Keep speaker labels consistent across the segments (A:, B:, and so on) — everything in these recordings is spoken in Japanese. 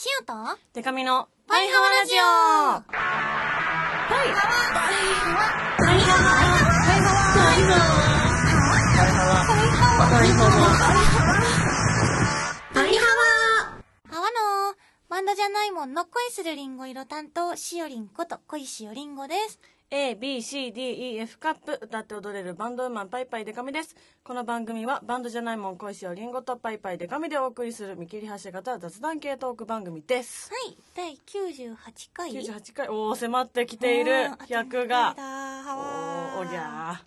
A: シオと
B: デカミの
A: パイハワラジオハワのバンドじゃないもんの恋するリンゴ色担当シオリンこと恋しおりんごです
B: A, B, C, D, E, F カップ歌って踊れるバンドウーマンパイパイデカミですこの番組はバンドじゃないもん恋しよりんごとパイパイデカミでお送りする見切り発車型雑談系トーク番組です
A: はい第98回
B: 98回おお迫ってきている100がおーおぎゃ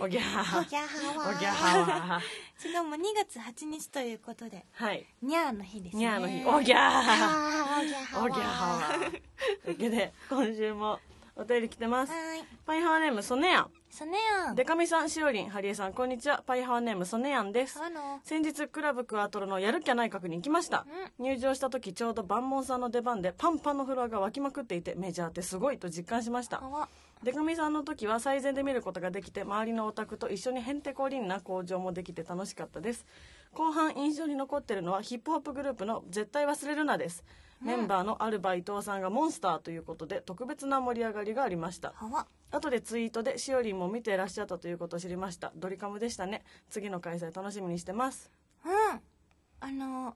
B: ーおぎゃー
A: おぎゃはわ
B: おぎゃー
A: しかも2月8日ということで
B: はい
A: にゃーの日ですね
B: にゃーの日おぎゃー
A: はー
B: お
A: お
B: ぎ
A: ぎ
B: ゃ
A: ゃ
B: は
A: は
B: わ
A: わ
B: ーというわけで今週もお便り来てます
A: はい
B: パイハワネームソネアン
A: そねやん
B: デカミさん、しおりん、ハリエさん、こんにちは。パイハーネーム、ソネヤンです
A: ハ。ワの
B: 先日、クラブクアトロのやる気ゃない閣に行きました。
A: う
B: 入場した時、ちょうど万門さんの出番で、パンパンのフロアが沸きまくっていて、メジャーってすごいと実感しました
A: ハ。ワ
B: デカミさんの時は最善で見ることができて、周りのオタクと一緒にヘンテコリンな向上もできて楽しかったです。後半、印象に残ってるのは、ヒップホップグループの絶対忘れるなです。メンバーのアルバ伊藤さんがモンスターということで、特別な盛り上がりがありました。
A: ハワ
B: 後でツイートでしおりんも見ていらっしゃったということを知りましたドリカムでしたね次の開催楽しみにしてます
A: うんあの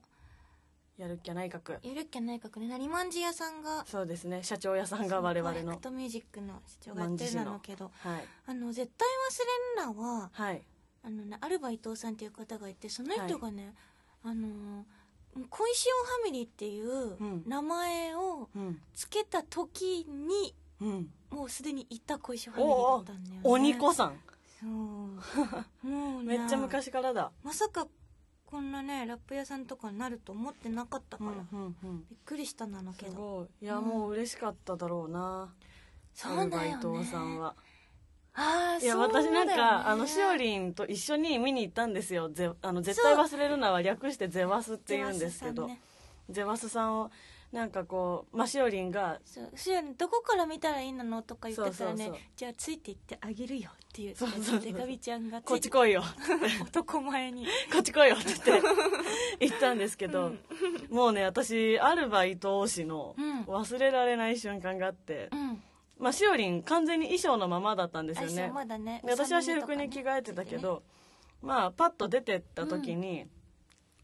B: やるっきゃ内閣
A: ゆるっきゃ内閣ねなりまんじ屋さんが
B: そうですね社長屋さんが我々
A: パーフェ
B: の
A: クトミュージックの社長がやってるなのけど
B: はい
A: あの絶対忘れんらは
B: はい
A: あの、ね、アルバ伊藤さんっていう方がいてその人がね、あのー恋しおファミリーってい
B: ん
A: う名前を
B: うん
A: つけた時に、
B: うん
A: もうすでにいた恋しおファミリーだったんだよね
B: 鬼子さん
A: そうもう
B: め
A: ね
B: っちゃ昔からだ
A: まさかこんなねラップ屋さんとかになると思ってなかった
B: う
A: か
B: ん
A: ら、
B: うんうん
A: びっくりしたなの
B: す
A: けど
B: ごいいや
A: うん
B: もう嬉しかっただろうな
A: そうだ
B: ア
A: よ
B: ル
A: ね
B: バ伊藤さんは
A: ああ
B: いや私なんかあのしお
A: っ
B: りんと一緒に見に行ったんですよぜあの絶対忘れるなは略してゼワスって言うんですけどゼワスさんをなんかこうまあしおりんが
A: そうしおりんどこから見たらいいのとか言ってたらね
B: そうそうそう
A: じゃあついていってあげるよっていう
B: そうそうそう
A: デカビちゃんが
B: こっち
A: つい
B: 来いよ
A: 男前に
B: こっち来いよって言って言ったんですけど、
A: うん
B: もうね私アルバ伊藤氏の
A: うん
B: 忘れられない瞬間があって
A: う、ん
B: まあしおりん完全に衣装のままだったんです
A: あ
B: よ
A: そう
B: ね
A: まだね
B: で私は私服に着替えてたけど、まあパッと出てった時に、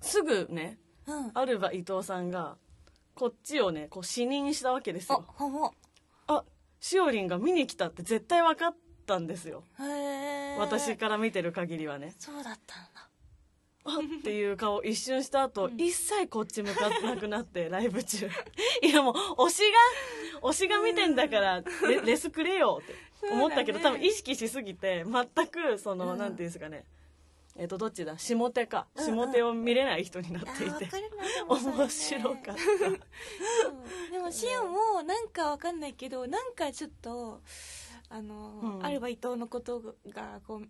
B: すぐね
A: うんあ
B: アルバ伊藤さんがこっちをねこう視認したわけですよ
A: ほぼ
B: あしおりんが見に来たって絶対分かったんですよ
A: へえ
B: 私から見てる限りはね
A: そうだったんだ
B: あっていう顔一瞬した後、一切こっち向かってなくな って、ライブ中。いやもう、推しが、推しが見てんだから、レレスくれよって思ったけど、
A: そうだ
B: 多
A: ね
B: 分意識しすぎて、全く、その、
A: うん
B: なんていうんですかね。えっ、と、どっちだ下手か。
A: うんうん
B: 下手を見れない人になっ
A: あ
B: てい
A: ーわ
B: て。
A: かるなでもそれね
B: 面白 かっ
A: うんでもシオもなんかわかんないけどなんかちょっとあの、
B: うん
A: アルバイトのことがこう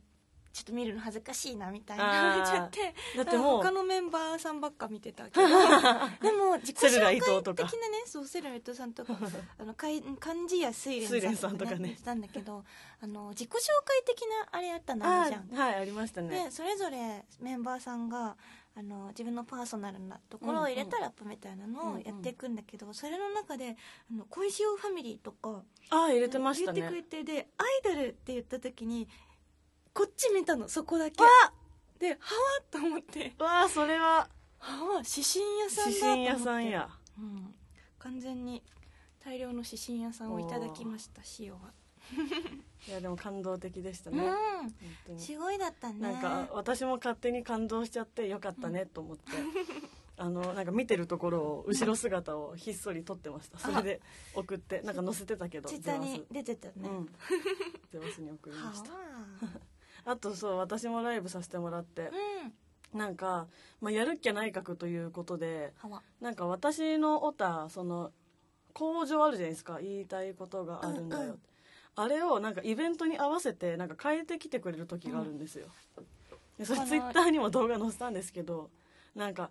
A: ちょっと見るの恥ずかしいなみたいな
B: あー
A: っちゃって
B: た。だっても
A: 他
B: う、
A: のメンバーさんばっか見てたけどでも自己
B: セ
A: 紹
B: ルラ伊
A: 介
B: 藤
A: 的
B: と
A: なね
B: か
A: そうセルラ伊藤さんとかあのかい漢字や睡蓮さんとか
B: 睡蓮さんとかね
A: ね言ってたんだけどあの自己紹介的なあれあったのあ
B: あ
A: るじゃん
B: ーはい、ありましたね
A: で。それぞれメンバーさんがあの自分のパーソナルなところを入れたラップみたいなのをやっていくんだけど、それの中で「あの恋しおファミリー」とか
B: ああ、入れてました
A: 言って
B: ね。
A: くれてで「アイドル」って言った時にこっち見たのそこだけで「はわ」と思って
B: わあ、それは、
A: 「はわ指針屋さんだ」と思っ
B: 指
A: て
B: 針屋さんや。
A: うん、完全に大量の指針屋さんをいただきました塩は、
B: いや、でも感動的でしたね。本
A: う
B: 当
A: ん
B: に
A: すごいだったね
B: なんか私も勝手に感動しちゃってよかったねと思って、あのなんか見てるところを後ろ姿をひっそり撮ってましたそれで送ってなんか載せてたけど
A: ツイッター
B: ゼ
A: に出てたね、
B: ワスうんゼワスに送り
A: は
B: ました
A: わ
B: あとそう私もライブさせてもらって
A: うん
B: なんか、まあ、やるっきゃ内閣ということで
A: はわ
B: なんか私のオタその向上あるじゃないですか言いたいことがあるんだよ、
A: うんうん
B: あれをなんかイベントに合わせてなんか変えてきてくれる時があるんですよ、でそれ
A: あの
B: ツイッターにも動画載せたんですけどなんか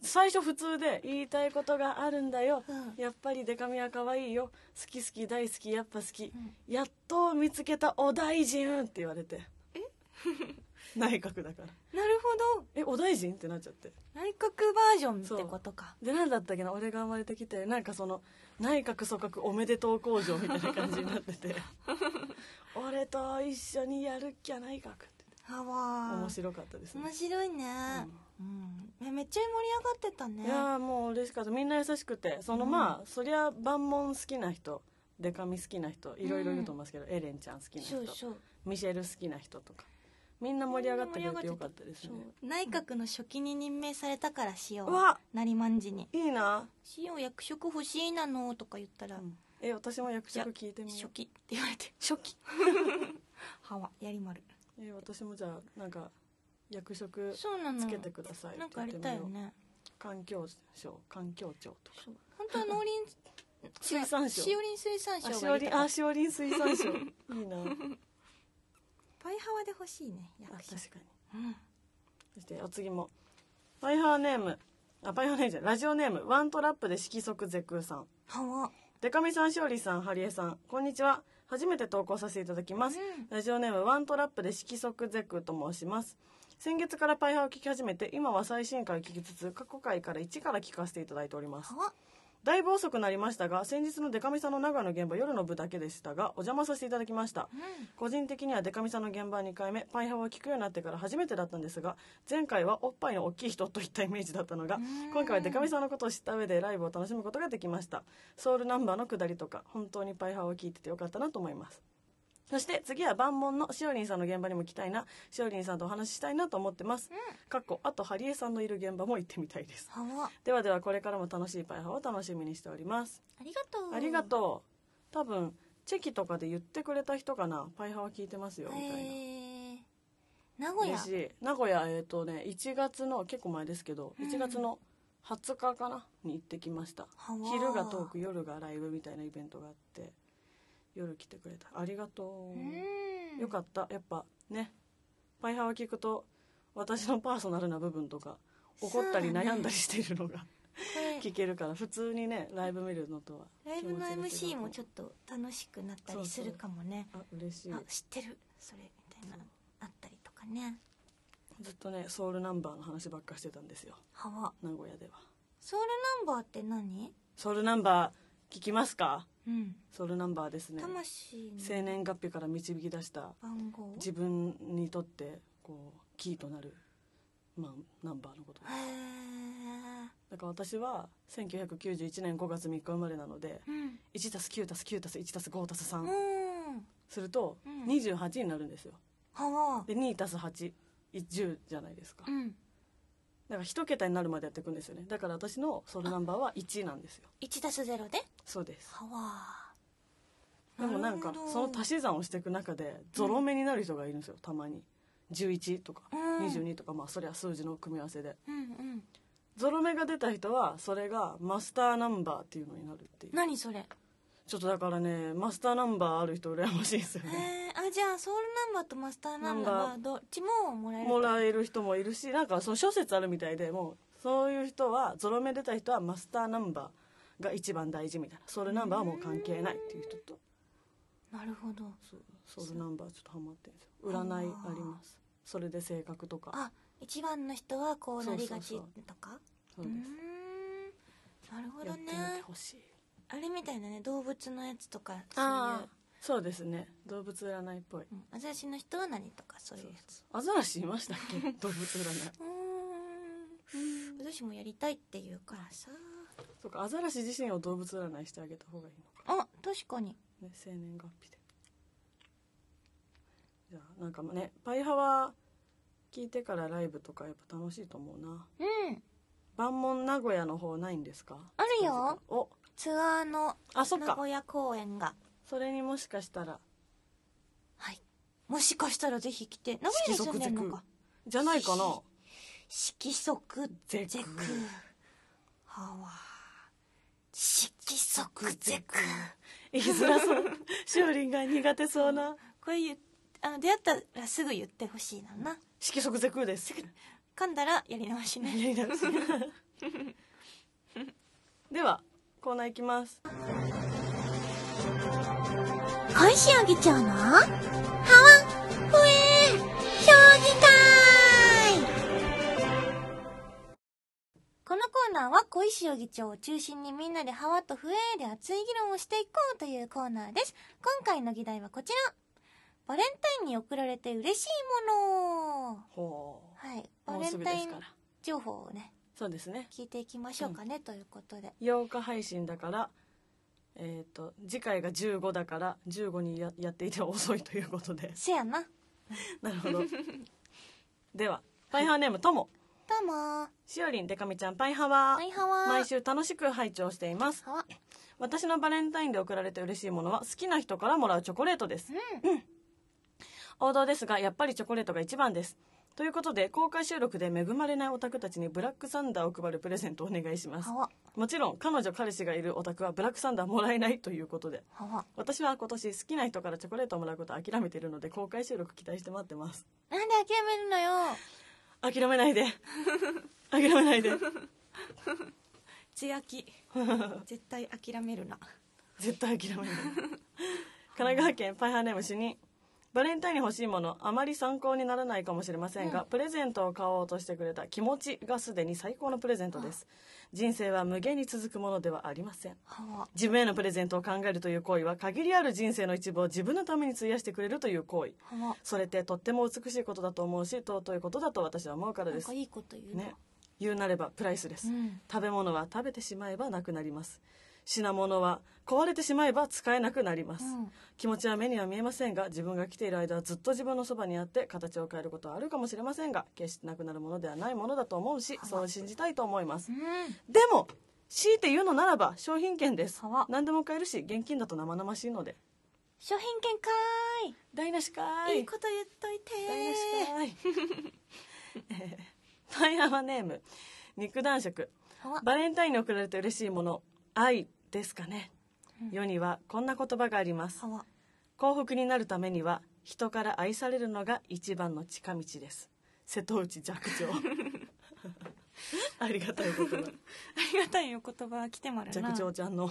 B: 最初普通で言いたいことがあるんだよ、
A: うん
B: やっぱりデカミは可愛いよ好き好き大好きやっぱ好き、
A: ん
B: やっと見つけたお大臣って言われて内閣だから
A: なるほど
B: えお大臣ってなっちゃって
A: 内閣バージョンってことか
B: で何だったっけな俺が生まれてきてなんかその内閣組閣おめでとう工場みたいな感じになって て俺と一緒にやるっきゃ内閣って
A: はわ
B: 面
A: ー
B: 白かったですね
A: 面白いね、うんえめっちゃ盛り上がってたね
B: いやーもう嬉しかったみんな優しくてそのまあ、そりゃ万門好きな人デカミ好きな人いろいろいると思いますけど、エレンちゃん好きな人
A: そうそう
B: ミシェル好きな人とかみんな盛り上がってくれてよかったですね
A: そう内閣の初期に任命されたからしよ
B: うわ
A: うなりまんじに
B: いいな、
A: 「しよう役職欲しいなの」とか言ったら
B: え私も役
A: じゃ
B: 職聞い
A: 「
B: てみ
A: 初
B: よ
A: 期」って言われ て「初 期」はわやりまる
B: うえ私もじゃあなんか役職
A: そうなの
B: つけてくださいって
A: なんか
B: 言
A: あ
B: っ
A: れ
B: てみ
A: だ
B: よう、
A: よ ね
B: 環境省環境庁とか
A: そう本当は農林
B: 水産省
A: しおりん水産省
B: あし
A: が
B: お
A: いい
B: り
A: か
B: ん
A: ら
B: あしおりん水産省い いな
A: パイハワで欲しいね
B: あ
A: 役
B: 確
A: 職
B: かに
A: うん
B: そしてお次もパイハーネームあパイハーネームじゃないラジオネームワントラップで色即是空さん
A: はわ
B: デカミさんしおりさんハリエさんこんにちは初めて投稿させていただきます、
A: うん
B: ラジオネームワントラップで色即是空と申します先月からパイハーを聞き始めて今は最新回を聞きつつ過去回から1から聞かせていただいております
A: はわ
B: だいぶ遅くなりましたが先日のデカミさんの長野現場夜の部だけでしたがお邪魔させていただきました、
A: うん
B: 個人的にはデカミさんの現場2回目パイハワを聞くようになってから初めてだったんですが前回はおっぱいの大きい人といったイメージだったのが今回はデカミさんのことを知った上でライブを楽しむことができましたソウルナンバーの下りとか本当にパイハワを聞いててよかったなと思いますそして次は万門のしおりんさんの現場にも来たいなしおりんさんとお話ししたいなと思ってます、かっこあとハリエさんのいる現場も行ってみたいです
A: はわ
B: ではではこれからも楽しいパイハワを楽しみにしております
A: ありがとう
B: ありがとう多分チェキとかで言ってくれた人かな「パイハワ聞いてますよ」みたいな。
A: へえ名古屋
B: 嬉しい名古屋えっ、とね1月の結構前ですけど1月の20日かなに行ってきました
A: はわ
B: 昼がトーク夜がライブみたいなイベントがあって夜来てくれたありがと
A: う
B: う、
A: ん
B: よかったやっぱね「パイハワ聞くと私のパーソナルな部分とか怒ったり
A: そうだね
B: 悩んだりしているのが
A: これ
B: 聞けるから普通にねライブ見るのとは
A: ライブの MC もち
B: ょっ
A: ょっと楽しくなったりするかもね
B: とあ嬉しい
A: あ知ってるそれみたいなあったりとかね
B: ずっとねソウルナンバーの話ばっかしてたんですよ
A: はわ
B: 名古屋では
A: ソウルナンバーって何
B: ソウルナンバー聞きますか
A: うん
B: ソウルナンバーですね
A: 魂
B: 生
A: の
B: 年月日から導き出した
A: 番号
B: 自分にとってこうキーとなる、まあ、ナンバーのこと
A: へえ
B: だから私は1991年5月3日生まれなので
A: うん
B: 1たす9たす9たす1たす5たす3
A: うん
B: すると
A: うん
B: 28になるんですよ
A: はわ
B: で2たす8 10じゃないですか
A: うん
B: だから1桁になるまでやっていくんですよねだから私のソウルナンバーは1なんですよ
A: 1たす0で
B: そうです
A: はわ
B: でもなんか
A: なるほど
B: その足し算をしていく中でゾロ目になる人がいるんですよたまに11とか
A: うん
B: 22とかまあそりゃ数字の組み合わせで
A: うんうん
B: ゾロ目が出た人はそれがマスターナンバーっていうのになるっていう
A: 何それ
B: ちょっとだからねマスターナンバーある人羨ましいですよ
A: へ
B: ね
A: えあじゃあソウルナンバーとマスターナンバー
B: ナ
A: はどっちももらえる
B: もらえる人もいるしなんかその諸説あるみたいでもうそういう人はゾロ目出た人はマスターナンバーが一番大事みたいなソウルナンバーはもう関係ないっていう人と
A: なるほど
B: そうソウルナンバーちょっとハマってるんですよ占いありますそれで性格とか
A: あ一番の人はこうなりがち
B: そ
A: と
B: うそう
A: か
B: そううです
A: ーんなるほ
B: や
A: ど
B: ってみ
A: ね
B: てほしい
A: あれみたいなね動物のやつとかそう
B: あ
A: いう
B: あそうですね動物占いっぽい
A: うんアザラシの人は何とかそういうやつ
B: アザラシいましたっ け動物占いう
A: ーん私もやりたいって言うからさ
B: そうかアザラシ自身を動物占いしてあげた方がいいのか
A: あ確かに
B: ね生年月日でじゃあなんかねパイハワ聞いてからライブとかやっぱ楽しいと思うな
A: うん
B: 万門名古屋の方ないんですか
A: あるよ
B: お
A: ツアーの
B: あそっ
A: 名
B: か
A: 古屋公演が
B: それにもしかしたら
A: はいもしかしたらぜひ来て名古屋に住んでるのか
B: じゃないかな
A: 色即
B: ゼク
A: 是空はわ色即是空
B: 言いづらそうしおりんが苦手そうな
A: これ言うあの出会ったらすぐ言ってほしいなな
B: 色即是空です
A: 噛んだらやり直しね
B: ではコーナーいきます
A: 今週あげちゃうのはわふえー評議会ナーは小石尾議長を中心にみんなでハワとフエーで熱い議論をしていこうというコーナーです今回の議題はこちらバレンタインに贈られて嬉しいもの
B: ほう
A: はいバ
B: もう
A: レ
B: す
A: ン
B: ぐ
A: タ
B: で
A: イ
B: す
A: ン
B: から
A: 情報をね
B: そうですね
A: 聞いていきましょうかね、ということで
B: 8日配信だからえっ、と次回が15だから15にややっていては遅いということで
A: せやなど
B: なるほどではパイハーネームとも
A: うもー
B: しおりんでかみちゃんパイハワ
A: マイハワー
B: 毎週楽しく拝聴しています
A: ハワ
B: 私のバレンタインで贈られて嬉しいものは好きな人からもらうチョコレートです
A: うん
B: 王道ですがやっぱりチョコレートが一番ですということで公開収録で恵まれないオタクたちにブラックサンダーを配るプレゼントをお願いします
A: ハワ
B: もちろん彼女彼氏がいるオタクはブラックサンダーもらえないということで
A: ハワ
B: 私は今年好きな人からチョコレートをもらうことを諦めているので公開収録期待して待ってます
A: なんで諦めるのよ
B: 諦めないで諦めないで
A: つや き絶対諦めるな
B: 絶対諦めない神奈川県パイハーネーム主任バレンタインに欲しいものあまり参考にならないかもしれませんが、プレゼントを買おうとしてくれた気持ちがすでに最高のプレゼントです人生は無限に続くものではありません
A: ハワ
B: 自分へのプレゼントを考えるという行為は限りある人生の一部を自分のために費やしてくれるという行為
A: ハワ
B: それってとっても美しいことだと思うし尊いことだと私は思うから
A: な
B: で
A: ん
B: す
A: かいいこと言うな、
B: ね言うなればプライスです、
A: うん
B: 食べ物は食べてしまえばなくなります品物は壊れてしまえば使えなくなります、
A: うん
B: 気持ちは目には見えませんが自分が来ている間はずっと自分のそばにあって形を変えることはあるかもしれませんが決してなくなるものではないものだと思うしそう信じたいと思います
A: うん
B: でも強いて言うのならば商品券です
A: はわ
B: 何でも買えるし現金だと生々しいので
A: 商品券かーい
B: 台無しか
A: い
B: い
A: いこと言っといて
B: 台無 しかいパイハマネーム肉男爵
A: ハワ
B: バレンタインに贈られて嬉しいもの愛ですかね
A: うん
B: 世にはこんな言葉があります
A: ハワ
B: 幸福になるためには人から愛されるのが一番の近道です瀬戸内 寂聴ありがたいことだ
A: ありがたいお言葉来てもらうな
B: 寂聴ちゃんの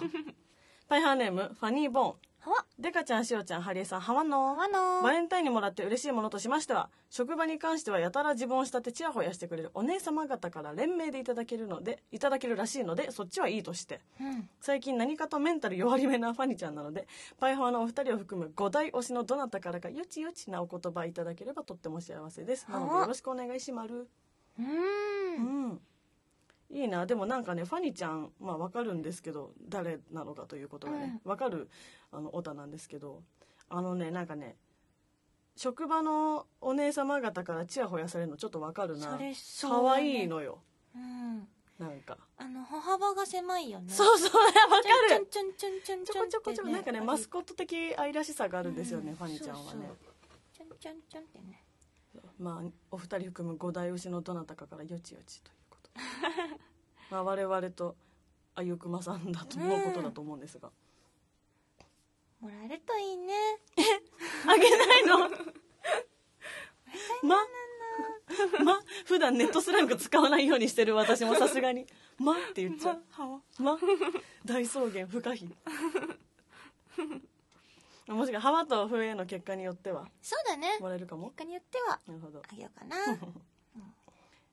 B: パイハーネームファニーボーン
A: ハワ
B: デカちゃんしおちゃんハリエさんハワノー
A: ハワの
B: バ
A: ー
B: レンタインにもらって嬉しいものとしましては職場に関してはやたら自分を仕立てチヤホヤしてくれるお姉様方から連名でいただけるのでいただけるらしいのでそっちはいいとして
A: うん
B: 最近何かとメンタル弱りめなファニちゃんなのでパイハワのお二人を含む5代推しのどなたからかよちよちなお言葉いただければとっても幸せですなのでよろしくお願いしまる
A: う
B: うんんいいなでもなんかねファニちゃんまあわかるんですけど誰なのかということがねわかるあのオタなんですけどあのねなんかね職場のお姉様方からチヤホヤされるのちょっとわかるな
A: それそうだね
B: 可愛いのよ
A: うん
B: なんか
A: あの歩幅が狭いよね
B: そうそうわかる
A: ちょんちょんちょんちょんちょ
B: ちょこ
A: ん
B: ちょこちょこ、なんかねマスコット的愛らしさがあるんですよね、
A: うん
B: ファニーちゃんはね
A: そうちょんちょんちょんってね
B: まあお二人含む五代牛のどなたかからよちよちという ことでまあ我々とあゆくまさんだと思うことだと思うんですが、
A: もらえるといいね
B: あげないの まま普段ネットスラング使わないようにしてる私もさすが に「ま」って言っちゃう
A: ハワ
B: 「ま」大草原不可 避もしくは幅と笛の結果によっては
A: そうだね
B: もらえるかも
A: 結果によっては
B: なるほど
A: あげようかな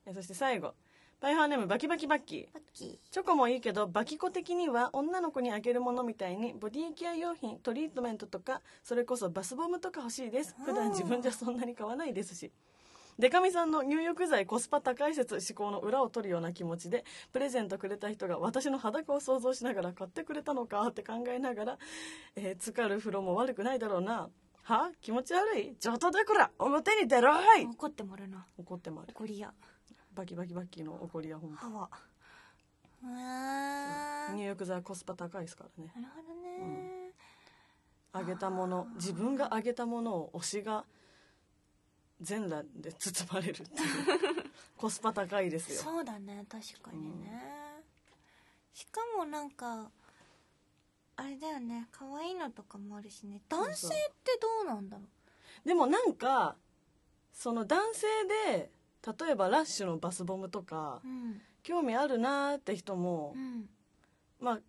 B: えそして最後パイハーネームバキバキバッキー
A: パッキ
B: チョコもいいけどバキコ的には女の子にあげるものみたいにボディケア用品トリートメントとかそれこそバスボムとか欲しいです普段自分じゃそんなに買わないですしデカミさんの入浴剤コスパ高い説思考の裏を取るような気持ちでプレゼントくれた人が私の裸を想像しながら買ってくれたのかって考えながら、えー浸かる風呂も悪くないだろうなは気持ち悪い上等だから表に出ろはい
A: ー怒ってもらうな
B: 怒ってもある
A: 怒りや
B: バキバキバッキーの怒りや本
A: ハワうわー
B: 入浴剤コスパ高いですからね
A: なるほどね、
B: あげたもの自分があげたものを推しが全裸で包まれるっていうコスパ高いで すよ
A: そうだね確かにね、しかもなんかあれだよね可愛いのとかもあるしね男性ってどうなんだろう
B: でもなんかその男性で例えばラッシュのバスボムとか
A: うん
B: 興味あるなーって人も
A: う、ん
B: まあ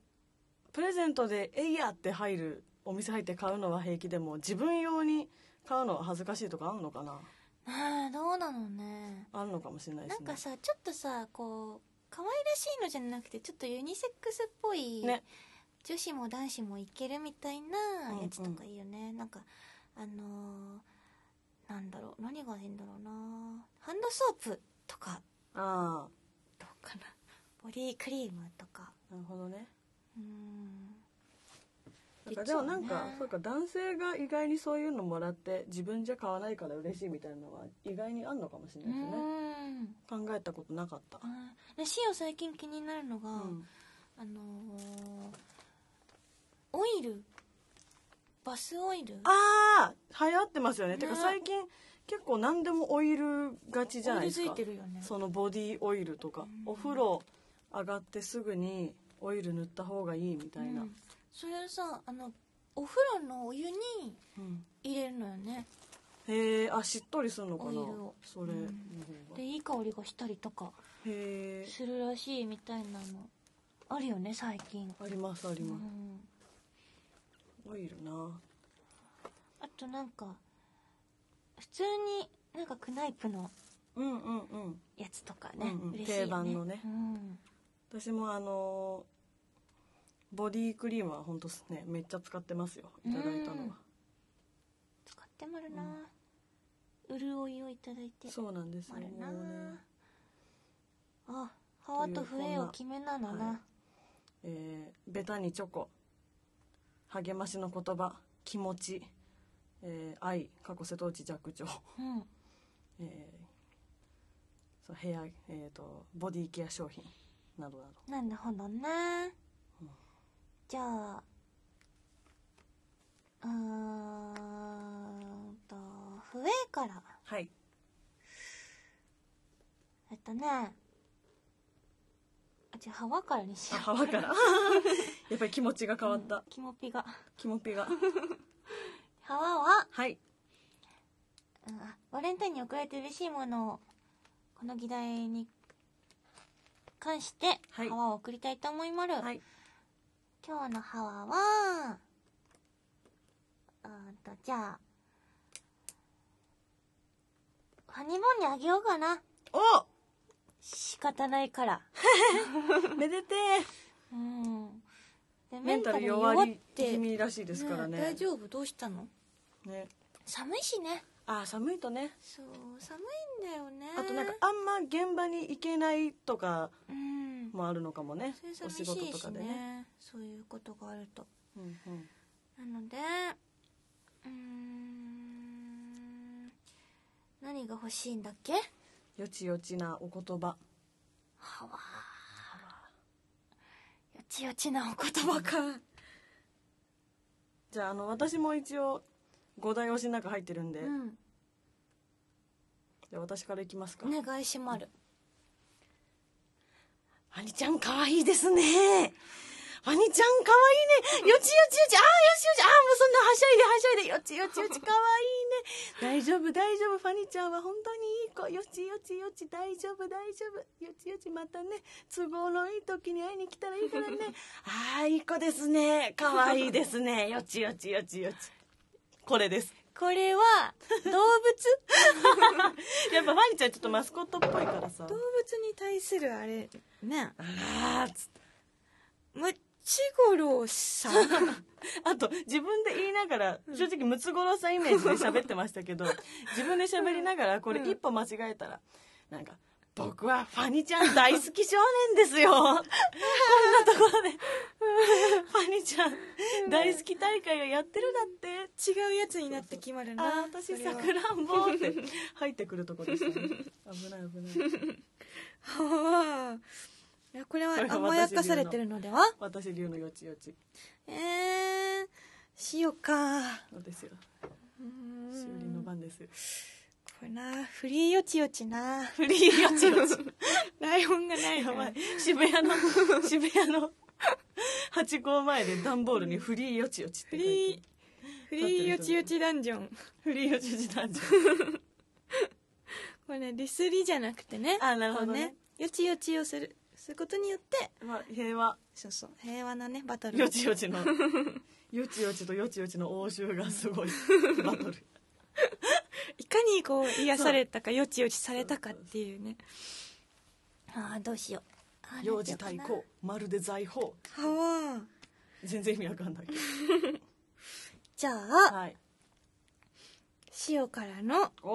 B: プレゼントで「えいや!」って入るお店入って買うのは平気でも自分用に買うのは恥ずかしいとかあるのかな
A: ねえどうなのね
B: あるのかもしれないで
A: な
B: す
A: ん
B: ね
A: かさちょっとさこう可愛らしいのじゃなくてちょっとユニセックスっぽい、
B: ね
A: 女子も男子もいけるみたいなやつとかいいよね、なんかあのーなんだろう何がいいんだろうなハンドソープとか
B: あ
A: どうかなボディクリームとか
B: あなるほどね
A: うーん
B: なんかでもなん
A: 実は
B: か
A: ね
B: そうか男性が意外にそういうのもらって自分じゃ買わないから嬉しいみたいなのは意外にあんのかもしれ
A: うー
B: ないですね
A: ん
B: 考えたことなかった、
A: あーで C を最近気になるのが、
B: うん
A: あのーオイルバスオイル
B: ああ流行ってますよね
A: ね
B: てか最近結構何でもオイルがちじゃ
A: オ
B: な
A: イ
B: い
A: ル
B: で
A: つ
B: す
A: い
B: か
A: てるよね
B: そのボディオイルとか、
A: うん
B: お風呂上がってすぐにオイル塗った方がいいみたいな、
A: うんそれをさあのお風呂のお湯に
B: うん
A: 入れるのよね
B: へえあしっとりするのか
A: オ
B: な
A: イルを
B: それ
A: う
B: の
A: ん
B: 方が、
A: で
B: へ
A: いい香りがしたりとか
B: え
A: するらしいみたいなのあるよね最近、
B: ありますあり
A: う
B: ます、
A: ん、
B: オイルな
A: あとなんか普通になんかクナイプの
B: うんうんうん
A: やつとかね、
B: うんうん
A: 嬉しいよね
B: 定番のね
A: うん
B: 私もあのーボディクリームは本当すねめっちゃ使ってますよいただいたのは、
A: 使ってもらうな、潤いをいただいて
B: そうなんですよ
A: あるな
B: もうね
A: あハート笛を決めなのな、
B: はいえーベタにチョコ励ましの言葉気持ち、えー愛過去瀬戸内寂聴、
A: うん
B: えーそうヘア、えー、とボディケア商品などなど
A: なるほどね
B: うん。
A: じゃあ、うーんと、笛から。
B: はい
A: えっとね、あ、じゃあ、ハワからにし
B: あ
A: よう。
B: 幅からやっぱり気持ちが変わった、
A: キモピが。
B: 気持ちが
A: ハワは、
B: はい
A: うんあバレンタインに送られて嬉しいものを、この議題に関して、
B: はい
A: ハワを送りたいと思いまる。
B: はい
A: 今日のハワーは、うーんと、じゃあ、ハニボンにあげようかな。
B: お
A: 仕方ないから。
B: めでて
A: うん。で
B: ーメンタル弱り気味らしいですからね
A: 大丈夫どうしたの
B: ね
A: 寒いしね。
B: あー寒いとね
A: そう、寒いんだよね。
B: あとなんか、あんま現場に行けないとか
A: うん。
B: もあるのかもね
A: それ
B: お
A: 寂し
B: 仕
A: い
B: 事と
A: し
B: かでね、
A: ね。そういうことがあると。
B: うんうん、
A: なので、うーん。何が欲しいんだっけ
B: よちよちなお言葉
A: はわよちよちなお言葉か
B: じゃああの私も一応五大推しの中入ってるんで,、
A: うん
B: で私からいきますか、
A: お願いしまる
B: ワニちゃんかわいいですねワニちゃんかわいいねよちよちよちああよちよちああもうそんなはしゃいではしゃいでよちよちよちかわいいね大丈夫大丈夫ファニちゃんは本当にいい子よちよちよち大丈夫大丈夫よちよちまたね都合のいい時に会いに来たらいいからね ああいい子ですねかわいいですねよちよちよちよちこれです
A: こ れは動物
B: やっぱファニちゃんちょっとマスコットっぽいからさ
C: 動物に対するあれね
B: あーつ
C: ムチゴロウさん
B: あと自分で言いながら正直ムツゴロウさんイメージで喋ってました けど自分で喋りながらこれ一歩間違えたらなんか「僕はファニちゃん大好き少 年ですよ」こんなところで「ファニちゃん大好き大会をやってるだって」
C: 違うやつになって決まるな
B: あー私さくらんぼって入ってくるとこ でしたね危ない危ない
C: はいやこれは
B: これが私
C: 甘やかされてるのでは
B: 私流のよちよち
C: えー、しようか
B: のですよ
C: うーん
B: しおりの番ですよ
C: これなフリーよちよち な
B: フリーよちよち
C: ライオンがない
B: や
C: から
B: ばい渋谷 の渋谷のハチ公前で段ボールにフリーよちよちっ
C: フ
B: て書いて
C: リー
B: る
C: フリーよちよちダンジョン
B: フリーよちよちなんじ
C: これねディスりじゃなくてね
B: あなるほどね
C: こうよちよちをするすることによって
B: ゃんまあ平和
C: そうそう平和なねバトル
B: よちよち のよちよちとよちよちの応酬がす ごいバトル
C: いかにこう癒されたかよちよちされたかっていうね
A: ああどうしよう変わら
B: 幼
A: んとよ
B: 児
A: かな
B: 対抗まるで財宝
C: かわん
B: 全然意味わかんないけ
C: じゃ
B: ど
C: あ
B: はい
C: 塩からの
B: お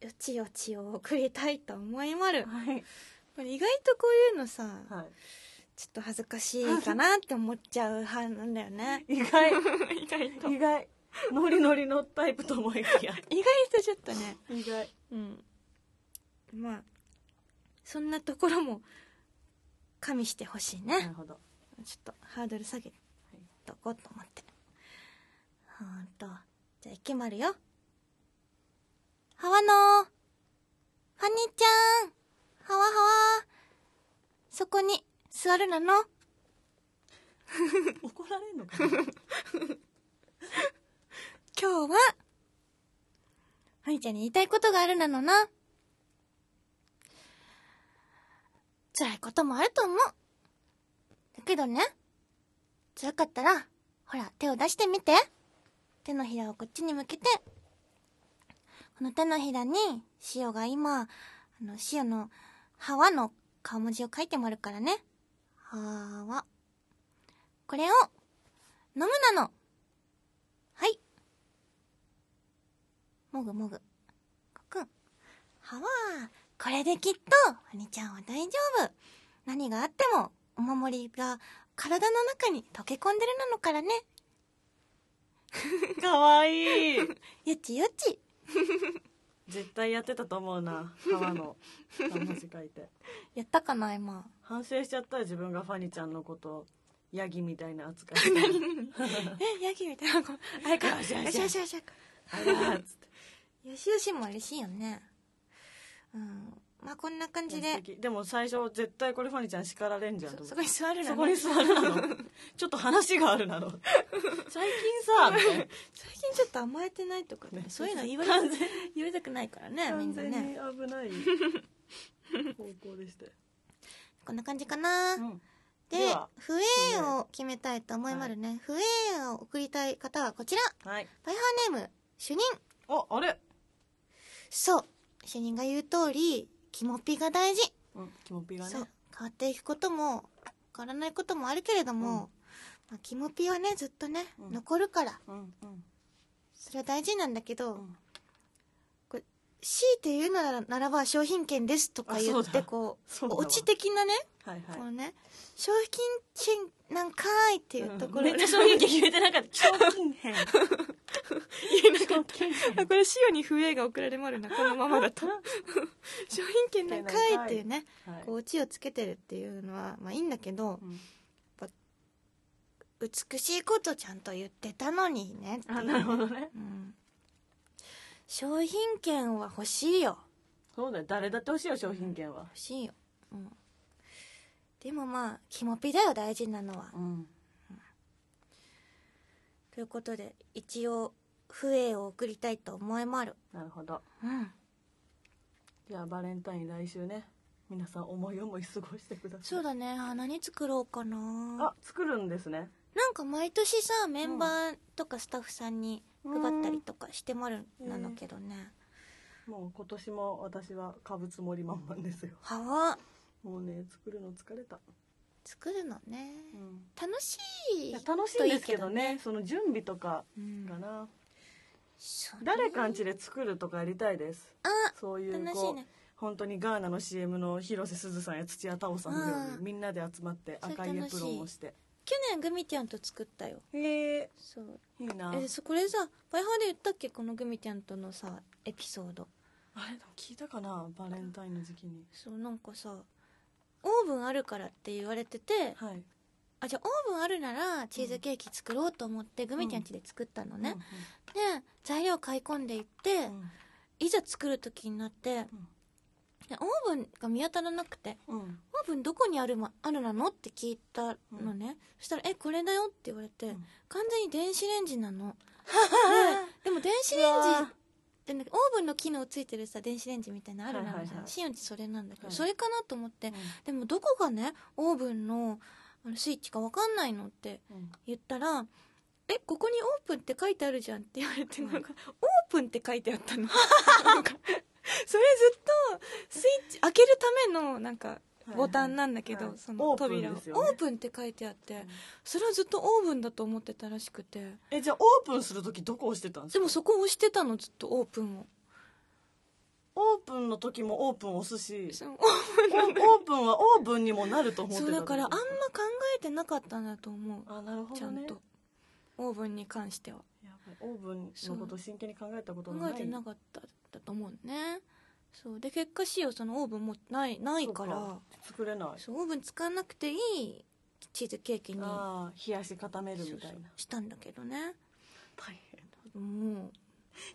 C: よちよちを送りたいと思いまる
B: はい
C: これ意外とこういうのさ、
B: はい
C: ちょっと恥ずかしいかなって思っちゃう派なんだよね
B: 意外
C: 意外と
B: 意外ノリノリのタイプと思いきや
C: 意外とちょっとね
B: 意外
C: うんまあそんなところも加味してほしい
B: な
C: ね
B: るほど
C: ちょっとハードル下げとこうと思ってほんとじゃあいけまるよ
A: ハワの、ファニーちゃん、ハワハワ、そこに座るなの。
B: 怒られんのかな
C: 今日は
A: ファニーちゃんに言いたいことがあるなのな。辛いこともあると思う。だけどね、辛かったら、ほら、手を出してみて。手のひらをこっちに向けて。この手のひらに、塩が今、あの、塩の、はわの顔文字を書いてもらうからね。はわ。これを、飲むなの。はい。もぐもぐ。こくん。はわー。これできっと、ワニちゃんは大丈夫。何があっても、お守りが体の中に溶け込んでるなのからね。
B: かわいい
A: よちよち。
B: 絶対やってたと思うな川の文字書いて
A: やったかな、今。
B: 反省しちゃったよ自分がファニちゃんのことヤギみたいな扱いして
C: えヤギみたいな子あれか
B: よ
C: よ
B: し
C: し
B: よし
C: よしよしよ
B: よし
C: し
B: あらーっつって
A: よしよしも嬉しいよね。うん。まあ、こんな感じで
B: 素、敵でも最初絶対これファニちゃん叱られんじゃんと
C: そ
B: 思っ
C: そ
B: て
C: こに座る
B: そ
C: の
B: こに
C: ね
B: 座るなのちょっと話があるなの最近さみたいな
C: 最近ちょっと甘えてないとかね
B: ね
C: そういうの言われた言われたくないからねみん
B: 完
C: な
B: 全に
C: ね
B: 危ない方向でしたよ、
A: こんな感じかな。
B: うん
A: で
B: では、
A: 不栄を決めたいと思いまるね。不栄を送りたい方はこちら。
B: はい
A: バイハーネーム、主任。
B: ああれ、
A: そう。主任が言う通り、キモピが大事。
B: うん、キモピがね
A: そう。変わっていくことも、変わらないこともあるけれども、
B: うん
A: まあ、キモピはね、ずっとね、
B: うん
A: 残るから、
B: うんうん
A: それは大事なんだけど、
B: うん
A: 強いて言うならならば商品券ですとか言
B: あ
A: っ
B: そうだ
A: て、こ、
B: そううだわ
A: オチ的なね、
B: はいはい
A: このね、商品券なんかーいっていうところ、
B: めっちゃ商品券言えてなかった 商品券言えなかった
C: あこれ塩に不栄が送られまるなこのままだと商品券なんかいっていうね
B: はい
C: こうオチをつけてるっていうのはまあいいんだけど
B: うん
A: 美しいことちゃんと言ってたのにねっていう
B: あなるほどね
A: うん、商品券は欲しいよ。
B: そうだよ誰だって欲しいよ商品券は
A: 欲しいよ、うん、でもまあキモピだよ大事なのは、
B: うん
A: ということで一応不栄を送りたいと思いまる
B: なるほど
A: うん
B: じゃあバレンタイン来週ね皆さん思い思い過ごしてください
A: そうだねあ何作ろうかな
B: あ作るんですね
A: なんか毎年さメンバーとかスタッフさんに配ったりとかしてまる
B: うん
A: なのけどね、
B: もう今年も私は買うつもり満々ですよ
A: はわ
B: もうね作るの疲れた、
A: 作るのね
B: うん、
A: 楽し
B: い
A: い
B: や楽しいんですけどねその準備とか
A: うん
B: かな、
A: そう
B: 誰かん家で作るとかやりたいです
A: あ
B: そういう
A: 楽し
B: こ
A: いうね
B: 本当にガーナの CM の広瀬すずさんや土屋太鳳さんのよう
A: う
B: に
A: ん
B: みんなで集まって
A: それ
B: 赤いエプロンをして
A: 去年グミちゃんと作ったよ
B: へえ
A: そう
B: いいなあれ
A: えそこれさバイハーで言ったっけこのグミちゃんとのさエピソード
B: でも聞いたかなバレンタインの時期に
A: そうなんかさオーブンあるからって言われてて
B: はい
A: あじゃあオーブンあるならチーズケーキ作ろうと思って、グミちゃんちで作ったのね、で材料買い込んでいって、
B: うんうん
A: いざ作る時になって、でオーブンが見当たらなくて
B: うんうん
A: オーブンどこにある,、ま、あるなのって聞いたのね、そしたら「えこれだよ」って言われて、
B: うん
A: 完全に電子レンジなのねでも電子レ
B: う
A: ンジ
B: わ
A: でなんかオーブンの機能ついてるさ電子レンジみたいなのあるな
B: はいは
A: み
B: いはい
A: たいなシオンちそれなんだけど、
B: はい
A: それかなと思って
B: う
A: でもどこがねオーブンのあのスイッチか分かんないのって
B: んうん
A: 言ったら「えここにオープンって書いてあるじゃん」って言われて
B: うん
A: なんか「オープン」って書いてあったのなんかそれずっとスイッチ開けるためのなんか
B: はい
A: ボタンなんだけど、
B: はい
A: その
B: オープン
A: 扉をオ
B: ですよね
A: ープンって書いてあってそれをずっとオーブンだと思ってたらしくて
B: えじゃあオープンする時どこ押してたんです
A: で
B: か
A: もそこ押してたのずっとオープンを
B: オープンの時もオープン押すし
A: その
B: オープンはオーブンにもなると思って
A: そ
B: た
A: うだ
B: ってこと
A: からあんま考えてなかったんだと思う
B: あなるほ
A: ちゃ
B: どね
A: んとオーブンに関しては
B: やばいオーブンのことを真剣に考えたこと
A: 考
B: がない
A: えてなかっただと思うねそうで結果しよそのオーブンもないないから
B: そうか作れない
A: そうオーブン使わなくていいチーズケーキに
B: ああ冷やし固めるみ
A: そう
B: たいな
A: したんだけどね
B: 大変
A: もう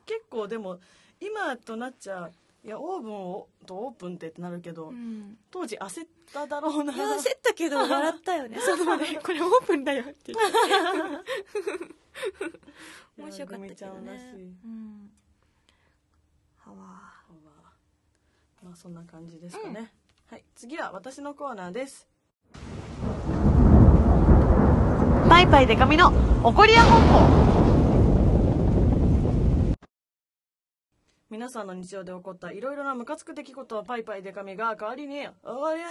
B: 結構でも今となっちゃいやオーブンをとオープンってってなるけど、
A: うん
B: 当時焦っただろうない
A: や焦ったけど笑ったよね その場でこれオープンだよって言って面白かったけど
B: ぐみちゃんらし
A: ね
B: い
A: うんはわ
B: まあそんな感じですかね、はい次は私のコーナーです
D: パイパイデカミの怒りや本
B: 皆さんの日常で起こったいろいろなムカつく出来事をパイパイデカミが代わりに「おりゃ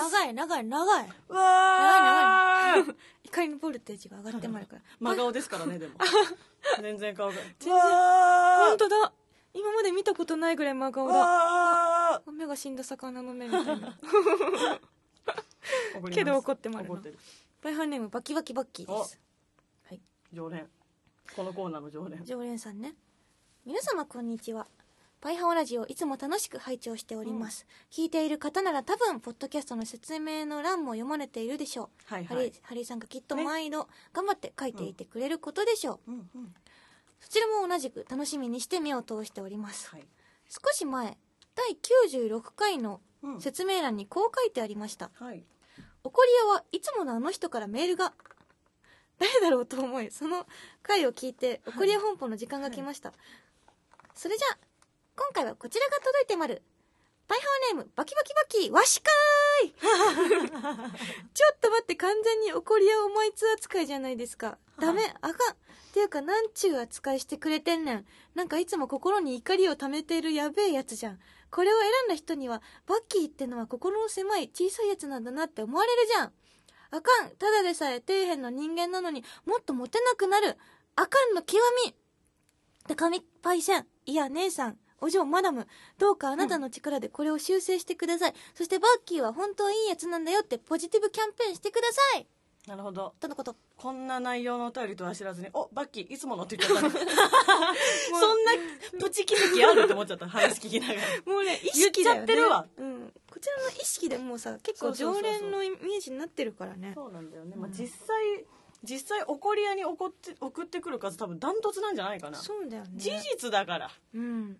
B: ーす
A: 長い長い長い
B: わー
A: 怒りのボルテージが上がってまるから
B: 真顔ですからねでも 全然顔が全
A: 本当だ今まで見たことないぐらい真顔だ目が死んだ魚の目みたいなけど怒ってまるな
B: 怒ってる
A: バイハンネームバキバキバッキーです
B: 常連このコーナーの常連
A: 常連さんね皆様こんにちはバイハオラジオいつも楽しく拝聴しております、聞いている方なら多分ポッドキャストの説明の欄も読まれているでしょう、
B: はい
A: ハ
B: は
A: リー
B: い、
A: ハリーさんがきっと
B: ね
A: 毎度頑張って書いていてくれることでしょう、
B: うんうん
A: そちらも同じく楽しみにして目を通しております
B: はい
A: 少し前第96回の
B: うん
A: 説明欄にこう書いてありました
B: はい
A: 怒り屋はいつものあの人からメールが誰だろうと思いその回を聞いて怒り屋本舗の時間が来ました、それじゃあ今回はこちらが届いてまるバイハーネームバキバキバキわしかーいちょっと待って完全に怒り屋お前つ扱いじゃないですかダメあかんっていうかなんちゅう扱いしてくれてんねんなんかいつも心に怒りを溜めているやべえやつじゃんこれを選んだ人にはバッキーってのは心の狭い小さいやつなんだなって思われるじゃんあかんただでさえ底辺の人間なのにもっとモテなくなるあかんの極み高見パイセンいや姉さんお嬢マダムどうかあなたの力でこれを修正してください、そしてバッキーは本当いいやつなんだよってポジティブキャンペーンしてください
B: なるほど
A: とのこと
B: こんな内容のお便りとは知らずに「おバッキーいつもの」って言っちゃったそん なプチ気づきあるって思っちゃった話聞きながら
A: もうね意
B: 識だよね言っちゃってるわ
A: うん、こちらの意識でもうさ結構
B: そう
A: 常
B: そうそうそう
A: 連のイメージになってるからね
B: そうなんだよね、まあ、実際実際怒り屋に怒って送ってくる数多分ダントツなんじゃないかな、
A: そうだよね
B: 事実だから
A: うん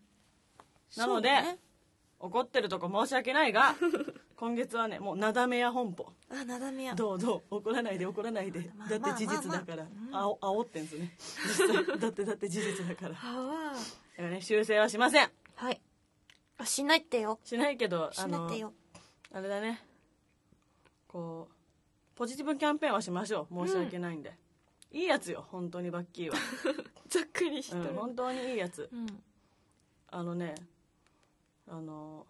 B: な
A: そう
B: ので
A: ね
B: 怒ってるとこ申し訳ない が今月はねもうなだめや本舗
A: あなだめや
B: どうどう怒らないで怒らないで、
A: まあ
B: だって事実だから、あお煽ってんすね実際だってだって事実だからだか
A: は
B: らね修正はしません
A: あはいあしないってよ
B: しないけど
A: しないってよ
B: あれだねこうポジティブキャンペーンはしましょう申し訳ないんで、いいやつよ本当にバッ キーは、
A: ざっくりし
B: うん本当にいいやつ
A: うん
B: あのねあの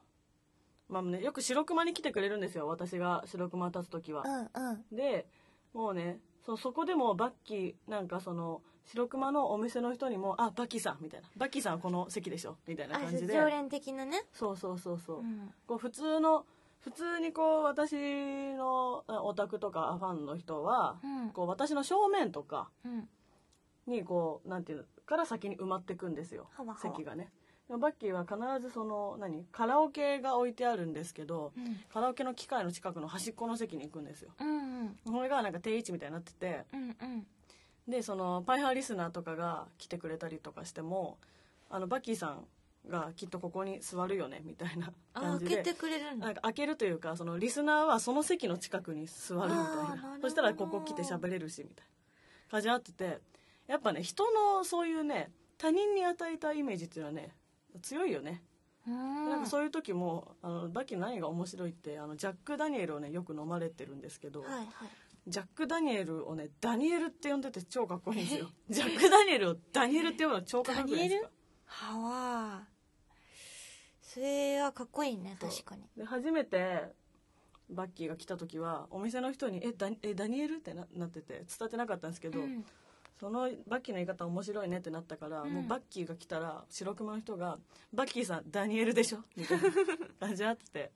B: まあねよく白熊に来てくれるんですよ私が白熊立つ時は、
E: うんうん
B: でもうねそそこでもバッキーなんかその白熊のお店の人にも「あバッキーさん」みたいな「バッキーさんはこの席でしょ」みたいな
A: あ
B: 感じで
A: 常連的なね
B: そうそうそうそう、
A: うん
B: こう普通の普通にこう私のあオタクとかファンの人は、
A: うん
B: こう私の正面とか
A: うん
B: にこうなんていうのから先に埋まってくんですよ
A: はわはわ
B: 席がねでもバッキーは必ずその何カラオケが置いてあるんですけど、
A: うん
B: カラオケの機械の近くの端っこの席に行くんですよ
A: うんうん
B: これがなんか定位置みたいになってて
A: うんうん
B: でそのパイハーリスナーとかが来てくれたりとかしてもあのバッキーさんがきっとここに座るよねみたいな
A: あ
B: 感じ
A: 開け
B: で
A: てくれるんだ
B: なんか開けるというかそのリスナーはその席の近くに座るみ
A: あ
B: たい
A: ーな
B: な
A: るほど
B: そしたらここ来て喋れるしみたいな感じになっててやっぱね人のそういうね他人に与えたイメージっていうのはね強いよね、
A: うーん
B: なんかそういう時もあのバッキーの何が面白いってあのジャック・ダニエルをねよく飲まれてるんですけど、
A: はいはい
B: ジャック・ダニエルをねダニエルって呼んでて超かっこいいんですよジャック・ダニエルをダニエルって呼ぶの超かっこいいんですか
A: はわそれはかっこいいね
B: そう
A: 確かに
B: で初めてバッキーが来た時はお店の人に「えダニえダニエル?」ってななってて伝わってなかったんですけど、
A: ん
B: そのバッキーの言い方面白いねってなったから、もうバッキーが来たら白熊の人が「バッキーさんダニエルでしょ?」みたいな感じになってて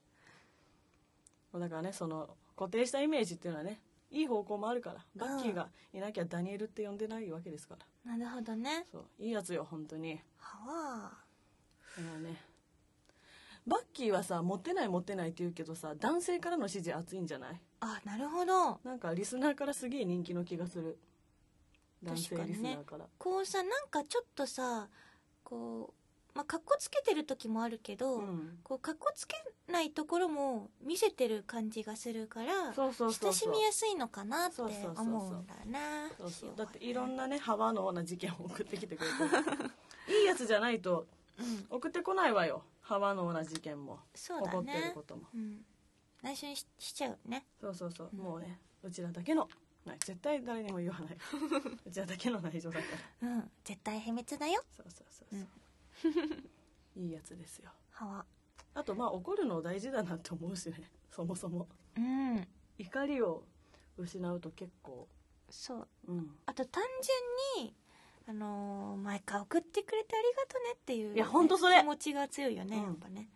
B: だからねその固定したイメージっていうのはねいい方向もあるからバッキーがいなきゃダニエルって呼んでないわけですから
A: なるほどね
B: そういいやつよ本当に
A: はあ
B: あのねバッキーはさモテないモテないって言うけどさ男性からの支持熱いんじゃない
A: あなるほど
B: なんかリスナーからすげえ人気の気がする男性
A: 確か
B: リス
A: にね
B: ナーから
A: こうさなんかちょっとさこうまあかっこつけてる時もあるけど、
B: うん
A: こうかっこつけないところも見せてる感じがするから
B: そうそうそう
A: 親し
B: そう
A: みやすいのかなって
B: そうそうそうそう
A: 思うんだな
B: そうそうだっていろんなね幅のような事件を送ってきてくれてるいいやつじゃないと送ってこないわよ幅のような事件も
A: そう
B: 起こ
A: だ
B: ってる
A: ね
B: ことも
A: うん内緒にししちゃうね
B: そうそうそう、
A: うん
B: もうねうちらだけのない絶対誰にも言わない うちらだけの内情だから
A: うん絶対秘密だよ
B: そうそうそうそう、 いいやつですよ
A: はわ
B: あとまあ怒るの大事だなって思うしね そもそも
A: うん
B: 怒りを失うと結構
A: そう
B: うん
A: あと単純にあのー毎回送ってくれてありがとうねっていう、
B: いやほんとそれ
A: 気持ちが強いよね、
B: うん
A: やっぱね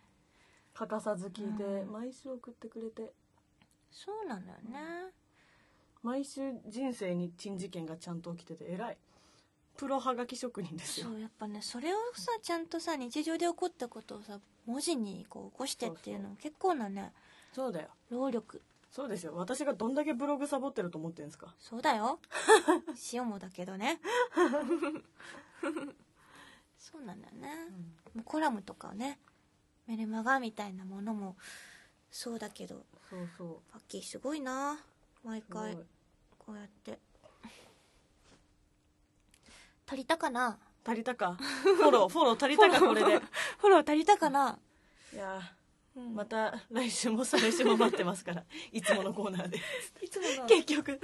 B: 欠かさず聞いて、
A: うん
B: 毎週送ってくれて
A: そうなんだよね、
B: 毎週人生に珍事件がちゃんと起きてて偉いプロはがき職人ですよ
A: そうやっぱねそれをさちゃんとさ日常で起こったことをさ文字にこう起こしてっていうのも結構なね
B: そうだよ
A: 労力
B: そうですよ私がどんだけブログサボってると思ってんですか
A: そうだ よ塩もだけどねそうなんだよね、もうコラムとかねメルマガみたいなものもそうだけど
B: そうそ
A: パッキーすごいな毎
B: うすごい
A: 回こうやって
F: 足りたかな
B: 足りたかフォローフォロー足りたかこれで
A: フォロー足りたかない
B: やーまた来週も再来週も待ってますから いつものコーナーで
A: いつもの
B: 結局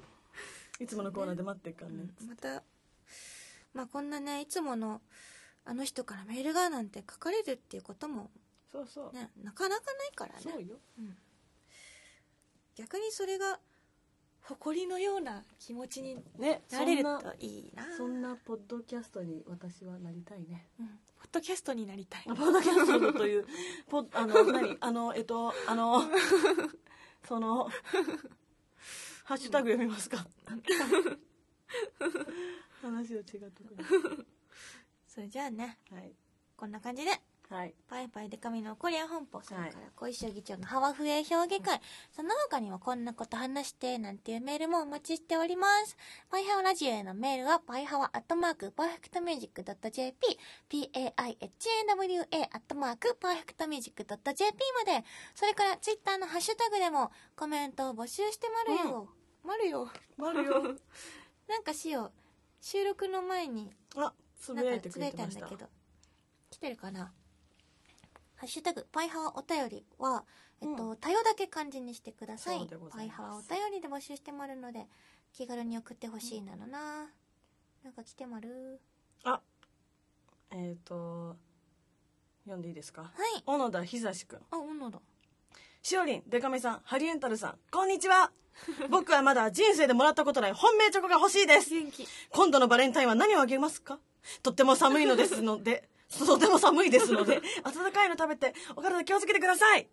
B: いつものコーナーで待ってっからね、
A: またまあこんなねいつものあの人からメールがなんて書かれるっていうことも
B: そうそう、
A: ねなかなかないからね
B: そうよ
A: 逆にそれが誇りのような気持ちに
B: ね
A: なれる
B: そん
A: といいな
B: そんなポッドキャストに私はなりたいね。
A: うんポッドキャストになりたい
B: ポッドキャストという、 ポッあの、何あの、えっと、あ の、その、ハッシュタグ読みますか。 話を違うとこ
A: それじゃあね
B: に。はい。
A: こんな感じで
B: はい。
A: パイパイでかみの怒りや本舗それか
B: はい
A: ら小石尾議長のハワフエ評議会その他にもこんなこと話してなんていうメールもお待ちしておりますパイハワラジオへのメールはパイハワアットマークパーフェクトミュージックドット JP PAIHAWA アットマークパーフェクトミュージックドット JP までそれからツイッターのハッシュタグでもコメントを募集してまるよ、まるよ
B: マリオ。
A: なんかしよう収録の前に
B: あ、つぶや
A: なん
B: い
A: か
B: て
A: つ
B: く
A: ぶや
B: れ
A: い
B: て
A: た
B: ま
A: ん
B: した
A: だけ。ど来てるかなハッシュタグパイハワお便りは、えっと、多様だけ漢字にしてください
B: そうでござ
A: パ
B: い
A: イ
B: ます
A: ハワお便りで募集してもらうので気軽に送ってほしいなのな、なんか来てまる
B: あ、えっと、読んでいいですか
A: はい
B: 小野田久志くん。
A: あ女だ
B: しおりん、でかめさん、ハリエンタルさん、こんにちは。僕はまだ人生でもらったことない本命チョコが欲しいです。今度のバレンタインは何をあげますかとっても寒いのですので、とても寒いです ので、暖かいの食べて、お体気をつけてください。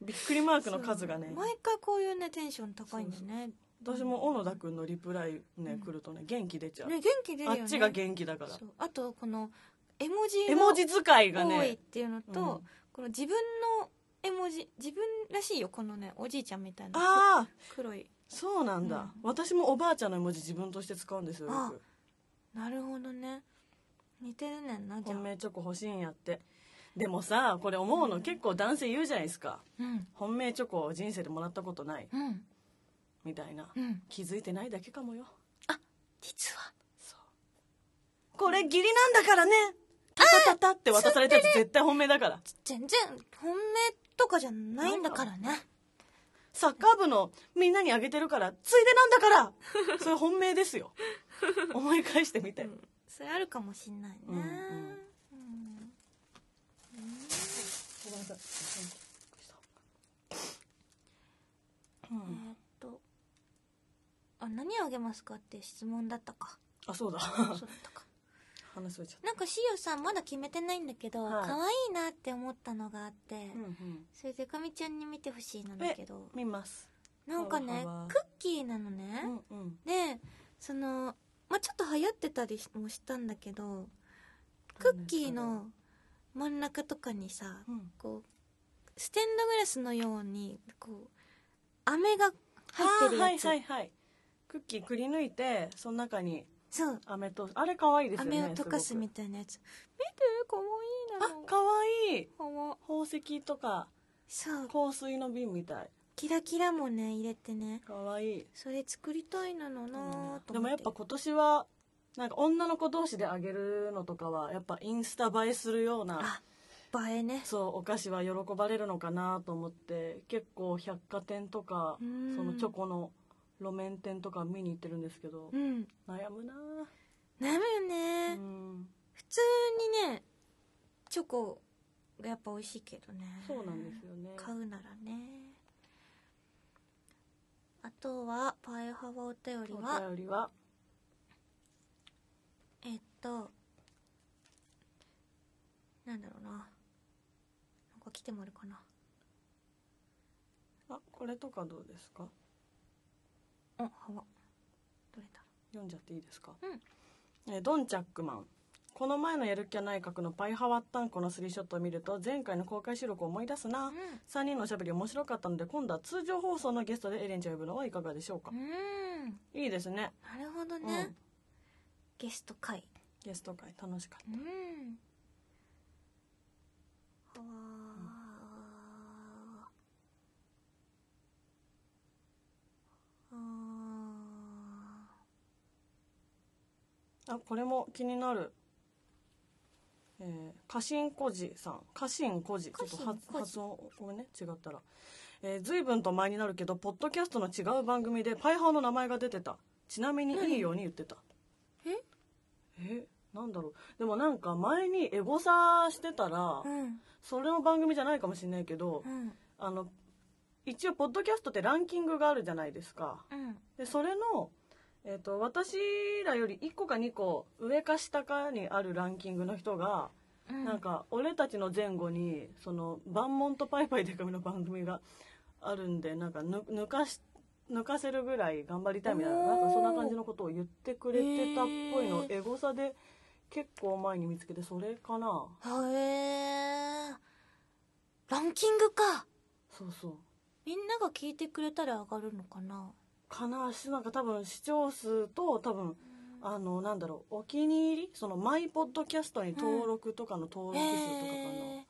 B: びっくりマークの数がね、
A: 毎回こういうねテンション高いんだよね
B: 私も小野田くんのリプライね、来るとね、元気出ちゃう。
A: ね元気出るよ
B: あ
A: ね
B: っちが元気だから
A: そ。うあとこの絵文字
B: 絵
A: の
B: 文字使いが
A: 多いっ
B: ね、
A: ていうのと、
B: うん
A: この自分の絵文字自分らしいよこのねおじいちゃんみたいな
B: ああ、
A: 黒い
B: そうなんだ。私もおばあちゃんの絵文字自分として使うんですよ、よ
A: あ
B: く。
A: なるほどね似てるねんなじゃあ
B: 本命チョコ欲しいんやってでもさこれ思うの結構男性言うじゃないですか
A: うん
B: 本命チョコを人生でもらったことない
A: うん
B: みたいな
A: うん
B: 気づいてないだけかもよ
A: 実は
B: これ義理なんだからねタタタタって渡されたやつ絶対本命だから
A: 全然本命とかじゃないんだからね
B: サッカー部のみんなにあげてるからついでなん だからそれ本命ですよ思い返してみて、
A: それあるかもしんないね、
B: うんうん
A: うん
B: ません
G: え
B: う
G: ー
B: ん
G: っとあ何あげますかって質問だった か
B: あそうだ
G: そうだったか
B: 話それちゃっ
G: なんかしおさんまだ決めてないんだけど、
B: はい
G: 可愛いなって思ったのがあって、
B: たうんうん
G: それでかみちゃんに見てほしいなんだけど
B: 見ます
G: なんかね
B: 顔幅
G: クッキーなのね、
B: うんうん
A: でそのまあちょっと流行ってたりもしたんだけどクッキーの真ん中とかにさ
B: うん
A: こうステンドグラスのようにこう飴が入ってるやつ、
B: あーはいはいはいクッキーくり抜いてその中に
A: そう
B: 飴とあれ可愛いですよね
A: 飴を溶かすみたいなやつ見てかわいい
B: す
A: なの
B: ごくあ可愛い
A: かわ
B: 宝石とか
A: そう
B: 香水の瓶みたい
A: キラキラもね入れてね
B: 可愛い
A: それ作りたいなのなーと思って
B: でもやっぱ今年はなんか女の子同士であげるのとかはやっぱインスタ映えするような
A: あ映えね
B: そうお菓子は喜ばれるのかなと思って結構百貨店とか
A: う
B: そ
A: ん
B: のチョコの路面店とか見に行ってるんですけど
A: うん
B: 悩むなぁ
A: なるよね、
B: うん
A: 普通にねチョコがやっぱ美味しいけどね
B: そうなんですよね
A: 買うならねあとはパイハワお便りは
B: お便りは
A: えっとなんだろうななんか来てもらうかな
B: あこれとかどうですか
A: おハワどれだ
B: 読んじゃっていいですか、
A: うん
B: えードン・チャックマンこの前のやる気は内閣のパイハワッタンコのスリーショットを見ると前回の公開収録を思い出す
A: ろ
B: な、
A: う
B: 3人のおしゃべり面白かったので今度は通常放送のゲストでエレンちゃんを呼ぶのはいかがでしょうか、
A: うんうん
B: いいですね
A: なるほどね、
B: うん
A: ゲスト会
B: ゲスト会楽しかっ
A: うんはわーあ
B: たあこれも気になるえー、家臣小路さん家臣小路ちょっと
A: 家臣
B: 発
A: 小路
B: 発音ごめんね違ったら、えー、随分と前になるけどポッドキャストの違う番組でパイハワの名前が出てたちなみにいいように言ってた、えなんだろうでもなんか前にエゴサしてたら、
A: ーうん
B: それの番組じゃないかもしれないけど、
A: うん
B: あの一応ポッドキャストってランキングがあるじゃないですか
A: うん
B: でそれの、えー、と私らより1個か2個上か下かにあるランキングの人が、
A: うん
B: なんか俺たちの前後にその「バンモンとパイパイデカミ」の番組があるんでなんかぬ抜かし抜かせるぐらい頑張りたいみたいな
A: おー
B: なんかそんな感じのことを言ってくれてたっぽいのエゴサで結構前に見つけてそれかな
A: はえー、ランキングか
B: そうそう
A: みんなが聞いてくれたら上がるのかな
B: かなしなんか多分視聴数と多分あのなんだろうお気に入りそのマイポッドキャストに登録とかの登録数とかかな、
A: え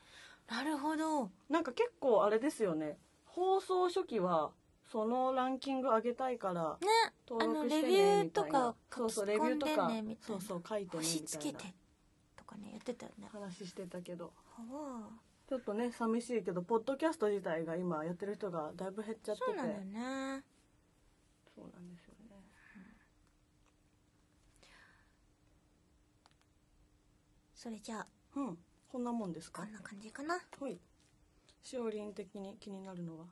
A: ー、なるほど
B: なんか結構あれですよね放送初期はそのランキング上げたいから
A: ね
B: 登録
A: あの
B: して
A: レビュー
B: ねみたい
A: と
B: な
A: か
B: そうそう
A: 書
B: レ
A: き
B: ビ
A: 込
B: ュー
A: ん
B: と
A: でね
B: か
A: みたい
B: そ
A: な
B: うそう書いてね
A: 星
B: み
A: つ
B: たい
A: け
B: な
A: てとかねやってたよね
B: 話してたけど
A: はわー
B: ちょっとね寂しいけどポッドキャスト自体が今やってる人がだいぶ減っちゃってて
A: そうなんだよね
B: そうなんですよね
A: それじゃあ
B: うんこんなもんです
A: こ
B: か
A: んな感じかな
B: ほいしおりん的に気になるのは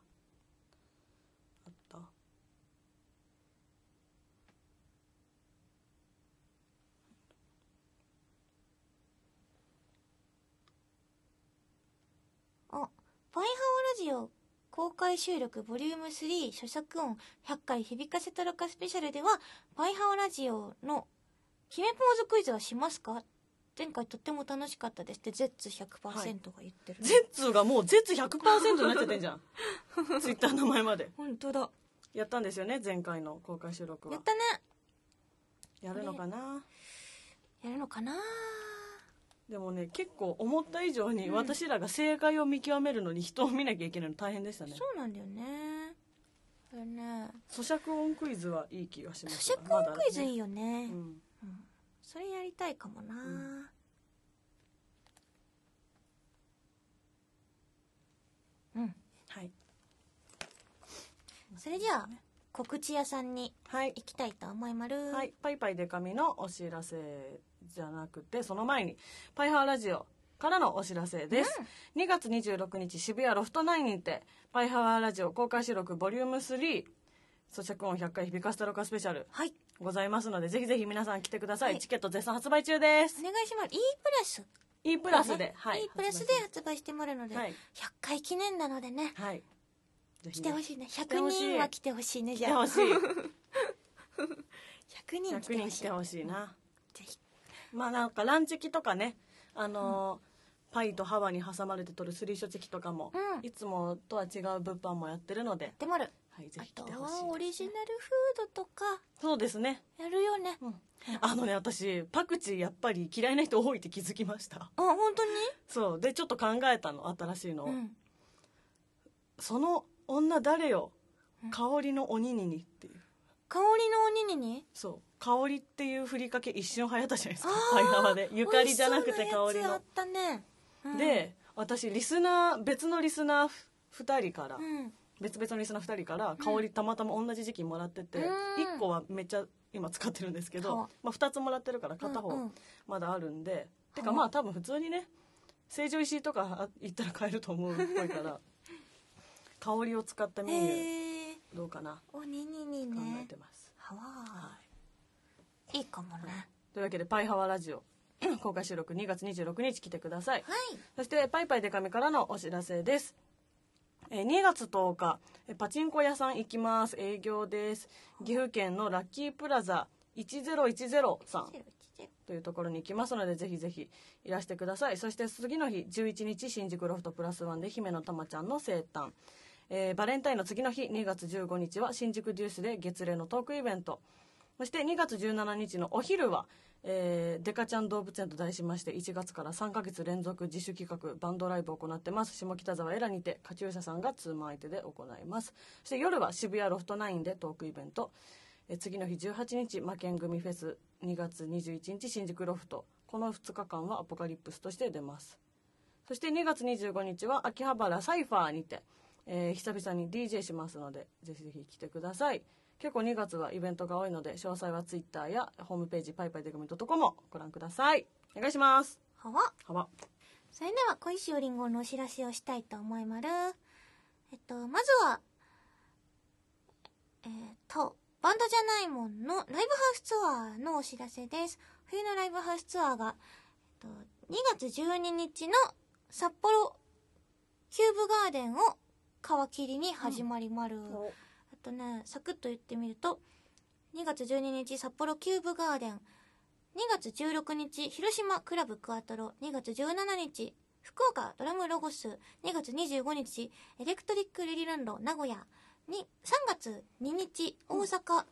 B: あった
A: バイハオラジオ公開収録ボリューム3著作音100回響かせたろかスペシャルではバイハオラジオの決めポーズクイズはしますか前回とっても楽しかったですってゼッツ100%が
B: はい
A: 言ってる、
B: ゼッツーがもうゼッツー100%になっちゃってんじゃ んツイッターの名前まで
A: 本当だ
B: やったんですよね前回の公開収録
A: や
B: は
A: ったね
B: やるのかな
A: やるのかな
B: でもね結構思った以上に私らが正解を見極めるのに人を見なきゃいけないの大変でしたね、
A: そうなんだよねこれね
B: 咀嚼音クイズはいい気がしま
A: 咀
B: す
A: 嚼音クイズい
B: い
A: いよね
B: うん、
A: それやりたいかもな、
B: んはい
A: それじゃあ告知屋さんに
B: はい
A: 行きたいと思いまる
B: はい、パイパイデカミのお知らせじゃなくてその前に「パイハーラジオ」からのお知らせです、2月26日渋谷ロフト9にて「パイハワーラジオ公開収録ボリューム3咀嚼音100回響かせたろかスペシャル」
A: はい
B: ございますのでぜひぜひ皆さん来てください、
A: はい
B: チケット絶賛発売中です
A: お願いします E プラス
B: E プラスで、
A: は
B: はいい
A: E プラスで発売してもらうので、
B: はい
A: 100回記念なのでね
B: はいぜ
A: 来
B: ひ
A: て
B: ね
A: ほしいね100人は来てほしいねじ
B: 来て
A: ゃあ
B: ほしい
A: 100人来
B: 100
A: てほ
B: 人来
A: しい
B: てほしいな
A: ぜひ
B: まあなんかランチキとかねあのーパイとハワに挟まれて取るスリーショチキとかも、
A: うん
B: いつもとは違う物販もやってるので、
A: でもある
B: はい、ぜ
A: あ
B: ひ
A: と
B: 来てほし
A: はオ
B: い
A: リジナルフードとか
B: そうですね、
A: やるよね
B: うん、あのね私パクチーやっぱり嫌いな人多いって気づきました
A: あ本当に
B: そうでちょっと考えたの新しいのを、
A: うん
B: その女誰よ香りの鬼ににっていう
A: 香りのおににに
B: そう香りっていうふりかけ一瞬流行ったじゃないですかパイ側でゆかりじゃなくて
A: 美味
B: 香り
A: しそうなやつあ
B: の
A: ったね、うん、
B: で私リスナー別のリスナー2人から、
A: うん
B: 別々のリスナー2人から香りたまたま同じ時期もらってて、
A: うん
B: 1個はめっちゃ今使ってるんですけ
A: かわ
B: ど、まあ、2つもらってるから片
A: うんう
B: 方
A: ん
B: まだあるんで、てかまあ多分普通にね成城石井とかあ行ったら買えると思うっぽいから 香りを使ったメニュー
A: えー、
B: どうかな
A: おににに
B: 考え
A: ね
B: てます、
A: はわ
B: はい
A: ーいいかもね
B: というわけで「パイハワラジオ」 公開収録2月26日来てください
A: はい
B: そしてパイパイデカミからのお知らせです。えー2月10日、えーパチンコ屋さん行きます。営業です。岐阜県のラッキープラザ1010さん
A: ゼロ一ゼロ
B: というところに行きますので、ぜひぜひいらしてください。そして次の日、11日、新宿ロフトプラスワンで姫のたまちゃんの生誕。えーバレンタインの次の日、2月15日は新宿デュースで月齢のトークイベント。そして2月17日のお昼は、えーデカちゃん動物園と題しまして1月から3ヶ月連続自主企画バンドライブを行ってます下北沢エラにてカチューシャさんがツーマン相手で行いますそして夜は渋谷ロフトナインでトークイベント、えー次の日18日魔剣組フェス2月21日新宿ロフトこの2日間はアポカリプスとして出ますそして2月25日は秋葉原サイファーにて、えー久々に DJ しますのでぜひぜひ来てください結構2月はイベントが多いので詳細は Twitter やホームページパイパイデグミ .com をご覧くださいお願いします
A: はわ
B: はば
A: それでは小石よりんごのお知らせをしたいと思いまるえっとまずはえーっとバンドじゃないもんのライブハウスツアーのお知らせです冬のライブハウスツアーが、えっと、2月12日の札幌キューブガーデンを皮切りに始まりまる、あとねサクッと言ってみると2月12日札幌キューブガーデン2月16日広島クラブクアトロ2月17日福岡ドラムロゴス2月25日エレクトリックレリランド名古屋に3月2日大阪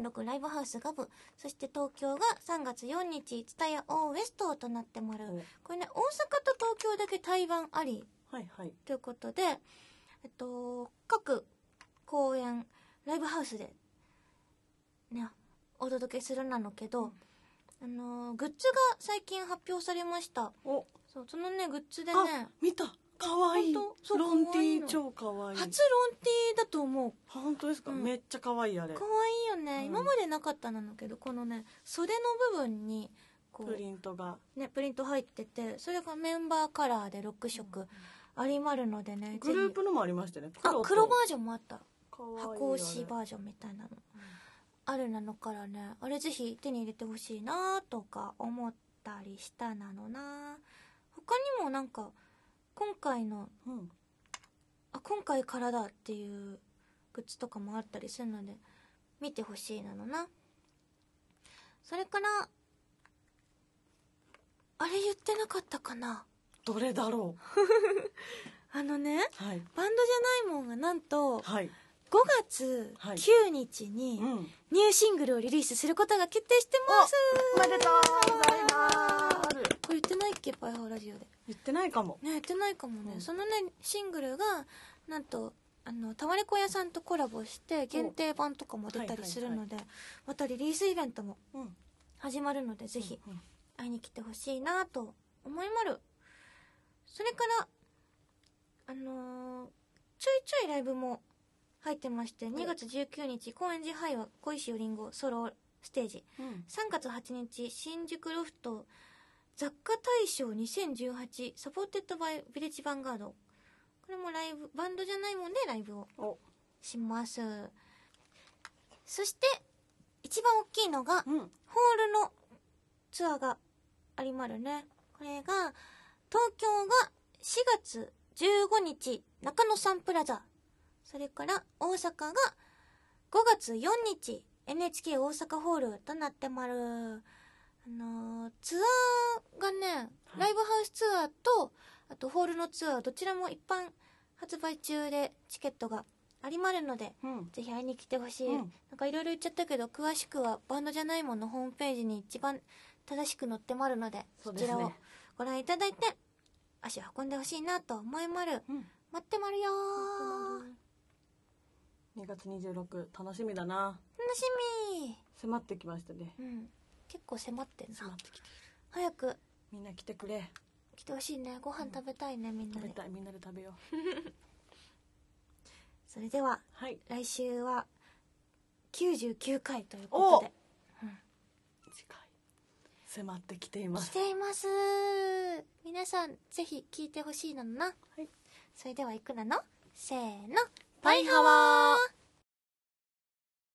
A: 246ライブハウスガブそして東京が3月4日蔦屋オーウエストとなってもらう
B: お
A: これね大阪と東京だけ対バンあり
B: はいはい
A: ということで、えっと、各公演ライブハウスで、ね、お届けするなのけど、あのーグッズが最近発表されました
B: お
A: そうそのねグッズでね
B: あ見たかわいい
A: ほんとそう
B: ロン
A: 可
B: ティ
A: 愛いの
B: ー超かわいい
A: 初ロンティーだと思う
B: 本当ですか、
A: うん
B: めっちゃかわいいあれ
A: 可愛いよね、
B: うん
A: 今までなかったなのけどこのね袖の部分にこ
B: プリントが
A: う、ね、プリント入っててそれがメンバーカラーで6色ありまるのでね
B: グルー
A: ぜ
B: プのもありましたね
A: ひあ
B: と
A: 黒バージョンもあった
B: かわいいあれ
A: 箱押しバージョンみたいなのあるなのからねあれぜひ手に入れてほしいなとか思ったりしたなのな他にもなんか今回の
B: うん
A: あ今回からだっていうグッズとかもあったりするので見てほしいなのなそれからあれ言ってなかったかな
B: どれだろ
A: あのね
B: うはい
A: バンドじゃないもんがなんと
B: はい
A: 5月
B: はい
A: 9日に
B: うんおめ
A: ニューシングルをリリースすることが決定してます
B: でとうございます
A: これ言ってないっけパイハーラジオで
B: 言ってないかも
A: ね言ってないかもね、
B: うん
A: そのねシングルがなんとあのタワレコ屋さんとコラボして限定版とかも出たりするので、またリリースイベントも
B: うん
A: 始まるのでぜひ
B: うん
A: 会いに来てほしいなと思いまるそれからあのーちょいちょいライブも入ってまして2月19日高円寺ハイは小石よりんごソロステージ
B: うん
A: 3月8日新宿ロフト雑貨大賞2018サポーテッドバイビレッジヴァンガードこれもライブバンドじゃないもんでライブを
B: お
A: しますそして一番大きいのがホー
B: うん
A: ルのツアーがありまるねこれが東京が4月15日中野サンプラザそれから大阪が5月4日 NHK 大阪ホールとなってまるあのーツアーがねライブハウスツアーとあとホールのツアーどちらも一般発売中でチケットがありまるので
B: うん
A: ぜひ会いに来てほしい、
B: うん
A: なんかいろいろ言っちゃったけど詳しくはバンドじゃないもんのホームページに一番正しく載ってまるので
B: そ
A: そう
B: です
A: ち
B: ね
A: らをご覧いただいて足を運んでほしいなと思いまる
B: うん
A: 待ってまるよー
B: 2月26楽しみだな
A: 楽しみ
B: 迫ってきましたね
A: うん結構迫ってん
B: 迫
A: な
B: ってきて
A: 早く
B: みんな来てくれ
A: 来てほしいねご飯食べたいねみんな
B: 食べ
A: で
B: たいみんなで食べよう
A: それでは
B: はい
A: 来週は99回ということで
B: 次回迫ってきていま
A: 来
B: す
A: ています皆さんぜひ聞いてほしいなのな、
B: い
A: それではいくなのせーの
B: バイハワー